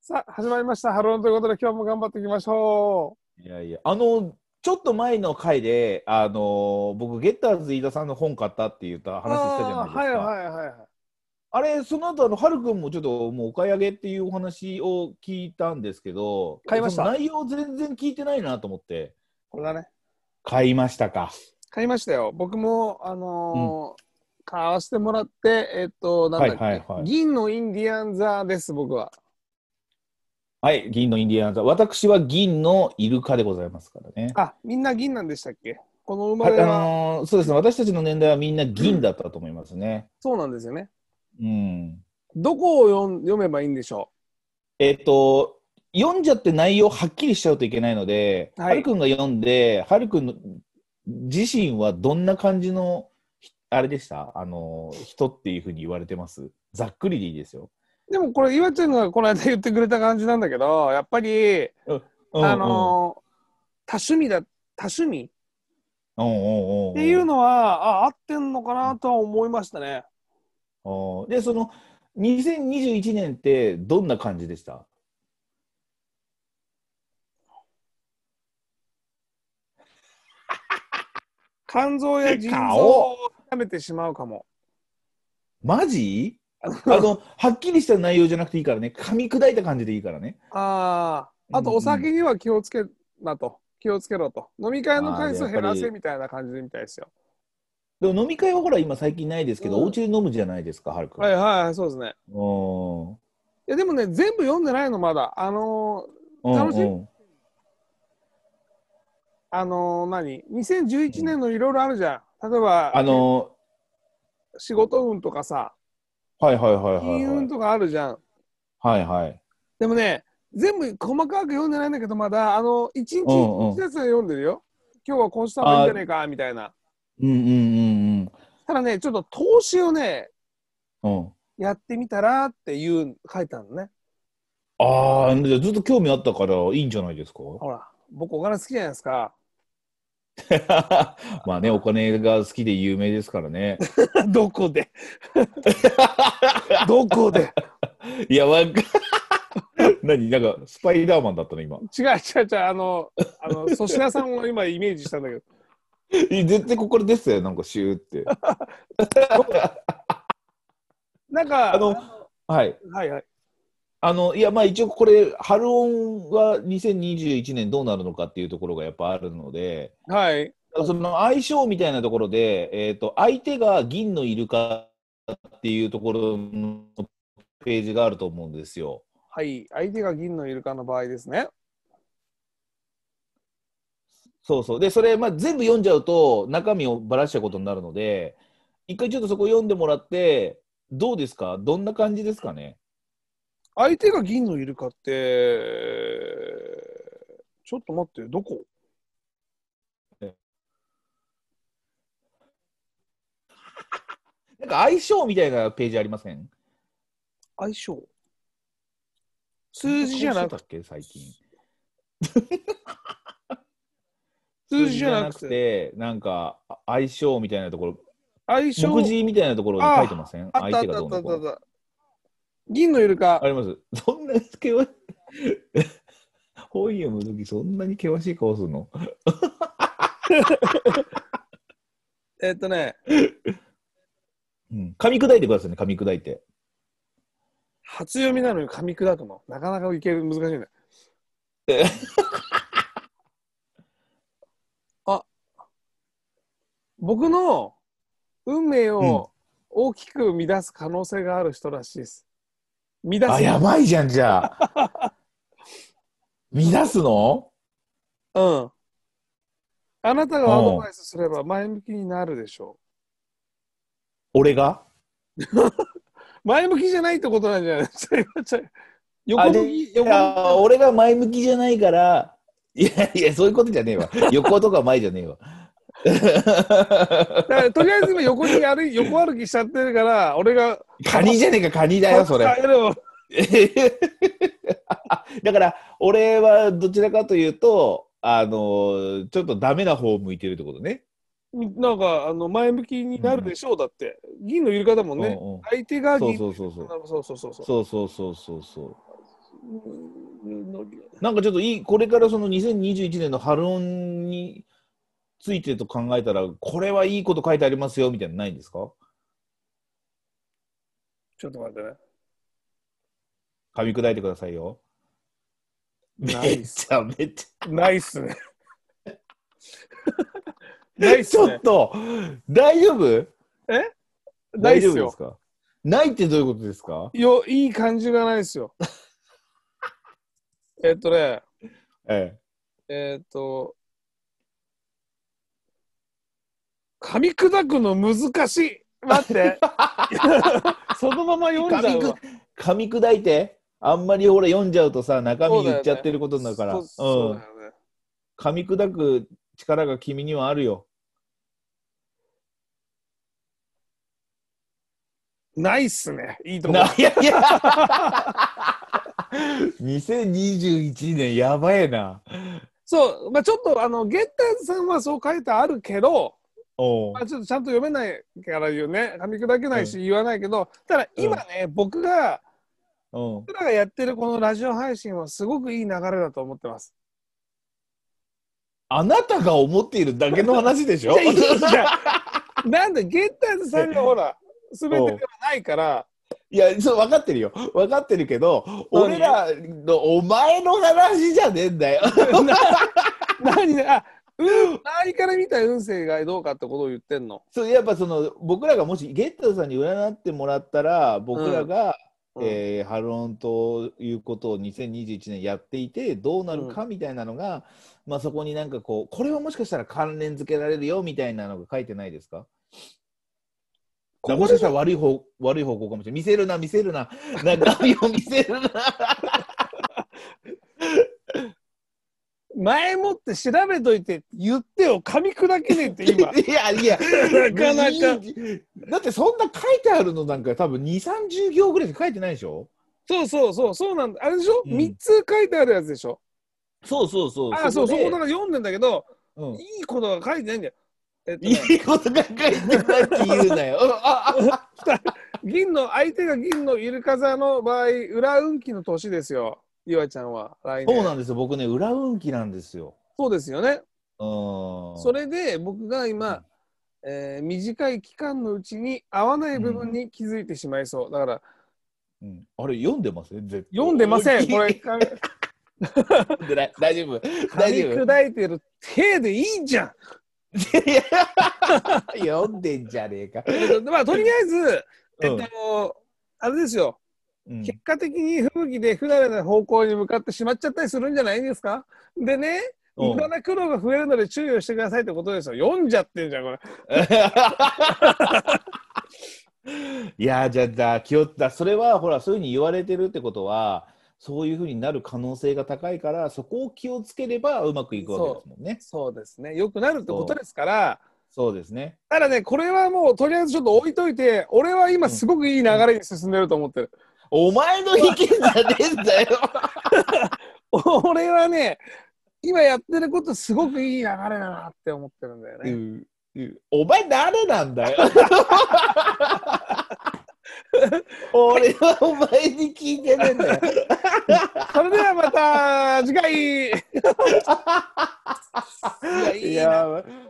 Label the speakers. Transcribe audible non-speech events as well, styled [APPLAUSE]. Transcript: Speaker 1: さあ、始まりました。ハローということで、今日も頑張っていきましょ
Speaker 2: いやいや、あの、ちょっと前の回で、あの、僕、ゲッターズ飯田さんの本買ったって言った
Speaker 1: う。
Speaker 2: 話したじゃないですか。
Speaker 1: あーは
Speaker 2: あ,、
Speaker 1: いはいはいはい。
Speaker 2: れ、その後、あの、はるくんもちょっともうお買い上げっていうお話を聞いたんですけど、
Speaker 1: 買いました
Speaker 2: その内容全然聞いてないなと思って。
Speaker 1: これだね。
Speaker 2: 買いましたか。
Speaker 1: 買いましたよ。僕も、あのー買わせてもらって、えっと、なんだっけ、
Speaker 2: はいはいはい
Speaker 1: 銀のインディアンザーです、僕は。
Speaker 2: はい、銀のインディアンザ。私は銀のイルカでございますからね。
Speaker 1: あ、みんな銀なんでしたっけこの生ま
Speaker 2: は
Speaker 1: れ
Speaker 2: い、あ
Speaker 1: は、
Speaker 2: のーそうですね。私たちの年代はみんな銀だったと思いますね。
Speaker 1: そうなんですよね。
Speaker 2: うん。
Speaker 1: どこを読ん読めばいいんでしょ
Speaker 2: えっ、と、読んじゃって内容はっきりしちゃうといけないので、
Speaker 1: はい
Speaker 2: はるくんが読んで、はるくんの自身はどんな感じの、ひあれでしたあの、人っていうふうに言われてますざっくりでいいですよ。
Speaker 1: うでもこれ、岩ちゃんがこの間言ってくれた感じなんだけど、やっぱり、あのー多趣味だ、多趣味
Speaker 2: うんうんうんうん
Speaker 1: っていうのは、あ合ってんのかなとは思いましたね。
Speaker 2: の。で、その、2021年ってどんな感じでした
Speaker 1: 肝臓や腎臓
Speaker 2: 顔
Speaker 1: を痛めてしまうかも。
Speaker 2: マ
Speaker 1: [LAUGHS]
Speaker 2: ジあの、はっきりした内容じゃなくていいからね。噛み砕いた感じでいいからね。
Speaker 1: ああ、あ
Speaker 2: うんう
Speaker 1: と
Speaker 2: ん
Speaker 1: お酒には気をつけなと、気をつけろと。飲み会の回数減
Speaker 2: あーやっぱ
Speaker 1: ら
Speaker 2: り
Speaker 1: せみたいな感じみたいですよ。
Speaker 2: でも飲み会はほら今最近ないですけど、
Speaker 1: うん
Speaker 2: お家で飲むじゃないですか、はるくん。
Speaker 1: はいはいはい、そうですね。
Speaker 2: うん
Speaker 1: いやでもね、全部読んでないの、まだ。あのー、楽しい
Speaker 2: うんうん
Speaker 1: あのー、何 ?2011 年のいろいろあるじゃん。例えば、
Speaker 2: あの
Speaker 1: 仕事運とかさ、
Speaker 2: ーはいはいはいはい
Speaker 1: 金運とかあるじゃん。
Speaker 2: はいはい
Speaker 1: でもね、全部細かく読んでないんだけど、まだ、あの、一日
Speaker 2: うんうん
Speaker 1: 一つ読んでるよ。今日はこうした方がいいんじゃねえか、みたいな。
Speaker 2: うんうんうん
Speaker 1: ただね、ちょっと投資をね、
Speaker 2: うんうん
Speaker 1: やってみたらっていう、書いてあるのね。
Speaker 2: ああずっと興味あったからいいんじゃな
Speaker 1: [LAUGHS]
Speaker 2: いですか
Speaker 1: ほら、僕お金好きじゃないですか。
Speaker 2: まあねお金が好きで有名ですからね
Speaker 1: [LAUGHS] どこでどこで
Speaker 2: いやわか [LAUGHS] 何なんかスパイダーマンだったの今
Speaker 1: 違う違う違う、あの、あの、粗品さんを今イメージしたんだけど、
Speaker 2: え絶対ここでですよなんかシューって
Speaker 1: なんか、
Speaker 2: あのはい
Speaker 1: はいはい。
Speaker 2: あのいやまあ一応これ春音は2021年どうなるのかっていうところがやっぱあるので
Speaker 1: はい。
Speaker 2: その相性みたいなところで、えー、と相手が銀のイルカっていうところのページがあると思うんですよ。
Speaker 1: はい。相手が銀のイルカの場合ですね。
Speaker 2: そうそうでそれ、まあ、全部読んじゃうと中身をばらしたことになるので一回ちょっとそこ読んでもらってどうですかどんな感じですかね
Speaker 1: 相手が銀のイルカって、ちょっと待って、どこ
Speaker 2: なんか相性みたいなページありません
Speaker 1: 相性数字じゃなく
Speaker 2: てっけ最近
Speaker 1: 数字じゃなく
Speaker 2: 数
Speaker 1: て、
Speaker 2: てなんか相性みたいなところ
Speaker 1: 相性
Speaker 2: 目次みたいなところに書いてません
Speaker 1: あっ
Speaker 2: 相
Speaker 1: たあっ
Speaker 2: 手
Speaker 1: た
Speaker 2: が
Speaker 1: あ
Speaker 2: ど
Speaker 1: った
Speaker 2: う
Speaker 1: あった
Speaker 2: のこ
Speaker 1: あ
Speaker 2: う
Speaker 1: った。銀のイルカ
Speaker 2: あ、ります。そんなに険しい。 [LAUGHS] 本読むとき、そんなに険しい顔するの
Speaker 1: えっとね、
Speaker 2: うん。噛み砕いてくださいね、噛み砕いて。
Speaker 1: 初読みなのに噛み砕くの。なかなかいける、難しいね。 [LAUGHS] あ、僕の運命を大きく乱す可能性がある人らしいです。乱す。
Speaker 2: あ、やばいじゃん、じゃあ。 [LAUGHS] 乱すの
Speaker 1: うん。あなたがアドバイスすれば前向きになるでしょ
Speaker 2: 俺が
Speaker 1: う。前向きじゃないってことなんじゃない [LAUGHS] ですか。今ちょ横
Speaker 2: あ
Speaker 1: 向
Speaker 2: で
Speaker 1: き、
Speaker 2: い
Speaker 1: 横向
Speaker 2: や、俺が前向きじゃないから、いやいや、そういうことじゃね [LAUGHS] えわ。横とか前じゃねえわ。 [LAUGHS]
Speaker 1: き。だからとりあえず今横に歩い横歩きしちゃってるから、俺が。
Speaker 2: カニじゃねえか、カニだよ、それ。 [LAUGHS] だから俺はどちらかというとあのーちょっとダメな方を向いてるってことね。
Speaker 1: なんかあの前向きになるでしょう、だって銀のイルカだもんね、
Speaker 2: うんうん
Speaker 1: 相手が
Speaker 2: そう
Speaker 1: 銀
Speaker 2: そうそうそ
Speaker 1: そ
Speaker 2: う。
Speaker 1: うそうそうそう
Speaker 2: そうそうそうそうそう。
Speaker 1: うんのり
Speaker 2: なんかちょっといい、これからその2021年の春音についてと考えたら、これはいいこと書いてありますよみたいなのないんですか
Speaker 1: ちょっと待ってね。
Speaker 2: 噛み砕いてくださいよ。
Speaker 1: な
Speaker 2: め
Speaker 1: いっ
Speaker 2: ち
Speaker 1: す
Speaker 2: ゃめち
Speaker 1: ないっす
Speaker 2: [LAUGHS]
Speaker 1: ね。ないっ
Speaker 2: ゃ。
Speaker 1: す
Speaker 2: ちょ
Speaker 1: ね
Speaker 2: っ。と、大丈夫
Speaker 1: ないっ
Speaker 2: 大
Speaker 1: す
Speaker 2: 丈夫で
Speaker 1: よ
Speaker 2: す。かないってどういうことですか
Speaker 1: よ、いい感じがないっすよ。えっとね、
Speaker 2: え
Speaker 1: えっと、噛み砕くの難しい。待って。 [LAUGHS] そのまま
Speaker 2: え。
Speaker 1: 読んじゃ
Speaker 2: 噛
Speaker 1: う
Speaker 2: み
Speaker 1: わ
Speaker 2: く。噛み砕いて。あんまりほら読んじゃうとさ、中身言っちゃってることになるから。
Speaker 1: そううそうだ
Speaker 2: ん。
Speaker 1: よね。
Speaker 2: 噛み砕く力が君にはあるよ。
Speaker 1: ないっすね。いいとこ。
Speaker 2: ないやいや2021年やばいな。
Speaker 1: そう、まあ、ちょっとあの玄丹さんはそう書いてあるけど、
Speaker 2: おう
Speaker 1: まあ、ちょっとちゃんと読めないから言うね噛み砕けないし言わないけど、ただ今ね、僕が
Speaker 2: うん、
Speaker 1: 僕らがやってるこのラジオ配信はすごくいい流れだと思ってます。
Speaker 2: あなたが思っているだけの話でしょ
Speaker 1: いやいやいやなんで玄丹さんがほら全てではないから
Speaker 2: いや、そう、分かってるよ。分かってるけど、
Speaker 1: 何
Speaker 2: 俺らの、お前の話じゃねえんだよ。
Speaker 1: 何であうん周りから見た運勢がどうかってことを言ってんの。
Speaker 2: そう、やっぱその、僕らがもし、ゲッターさんに占ってもらったら、僕らが、
Speaker 1: うん
Speaker 2: えーハロンということを2021年やっていて、どうなるかみたいなのが、まあそこになんかこう、これはもしかしたら関連付けられるよみたいなのが書いてないですか
Speaker 1: ここで
Speaker 2: もしかしたら悪い方、悪い方向かもしれない。見せるな、見せるな、中身を [LAUGHS] 見せるな。
Speaker 1: 前もって調べといて言ってよ噛み砕けねえって
Speaker 2: [LAUGHS]
Speaker 1: 今
Speaker 2: いやいや、
Speaker 1: なかなか
Speaker 2: だってそんな書いてあるのなんか多分2、30行ぐらいしか書いてないでしょ
Speaker 1: そうそうそうそうなんだあれでしょ、
Speaker 2: うん
Speaker 1: 3つ書いてあるやつでしょ
Speaker 2: そうそうそう
Speaker 1: あそうそ
Speaker 2: で
Speaker 1: こだから読んでんだけど、
Speaker 2: うん
Speaker 1: いいことが書いてないんだよ。えっと
Speaker 2: い
Speaker 1: ね
Speaker 2: いことが書 [LAUGHS] いてないって言うなよ。あああ
Speaker 1: 銀の相手が銀のイルカ座の場合裏運気の年ですよ岩ちゃんは来年
Speaker 2: そうなんですよ。僕ね、裏運気なんですよ。
Speaker 1: そうですよね、
Speaker 2: うん。
Speaker 1: それで僕が今、えー短い期間のうちに合わない部分に気づいてしまいそう、だから
Speaker 2: うんあれ、読んでますね、絶対
Speaker 1: 読んでま
Speaker 2: [LAUGHS]
Speaker 1: せんこれ噛み
Speaker 2: 読んでない大丈夫。 [LAUGHS]
Speaker 1: 噛
Speaker 2: 大
Speaker 1: み
Speaker 2: 丈夫。
Speaker 1: 砕いてる手でいいじゃん
Speaker 2: いや読んでんじゃねえか。
Speaker 1: えっと [LAUGHS] まあとりあえず、えっ
Speaker 2: うん
Speaker 1: とあれですよ
Speaker 2: うん
Speaker 1: 結果的に吹雪で不慣れな方向に向かってしまっちゃったりするんじゃないですかでね
Speaker 2: うん
Speaker 1: 無駄な苦労が増えるので注意をしてくださいってことですよ読んじゃってんじゃんこれ
Speaker 2: [LAUGHS] いやーじゃあじゃあ気をだそれはほらそういうふうに言われてるってことはそういうふうになる可能性が高いからそこを気をつければうまくいくわけですもんね。
Speaker 1: そうですね良くなるってことですから
Speaker 2: そうですね。
Speaker 1: ただねこれはもうとりあえずちょっと置いといて俺は今すごくいい流れに進んでると思ってる、 [LAUGHS]
Speaker 2: お前の意見じゃねえんだよ。
Speaker 1: 俺はね今やってることすごくいい流れだなって思ってるんだよね、
Speaker 2: お前誰なんだよ。 [LAUGHS] 俺はお前に聞いてねえんだよ。 [LAUGHS]
Speaker 1: それでは [LAUGHS] また次回いやいいない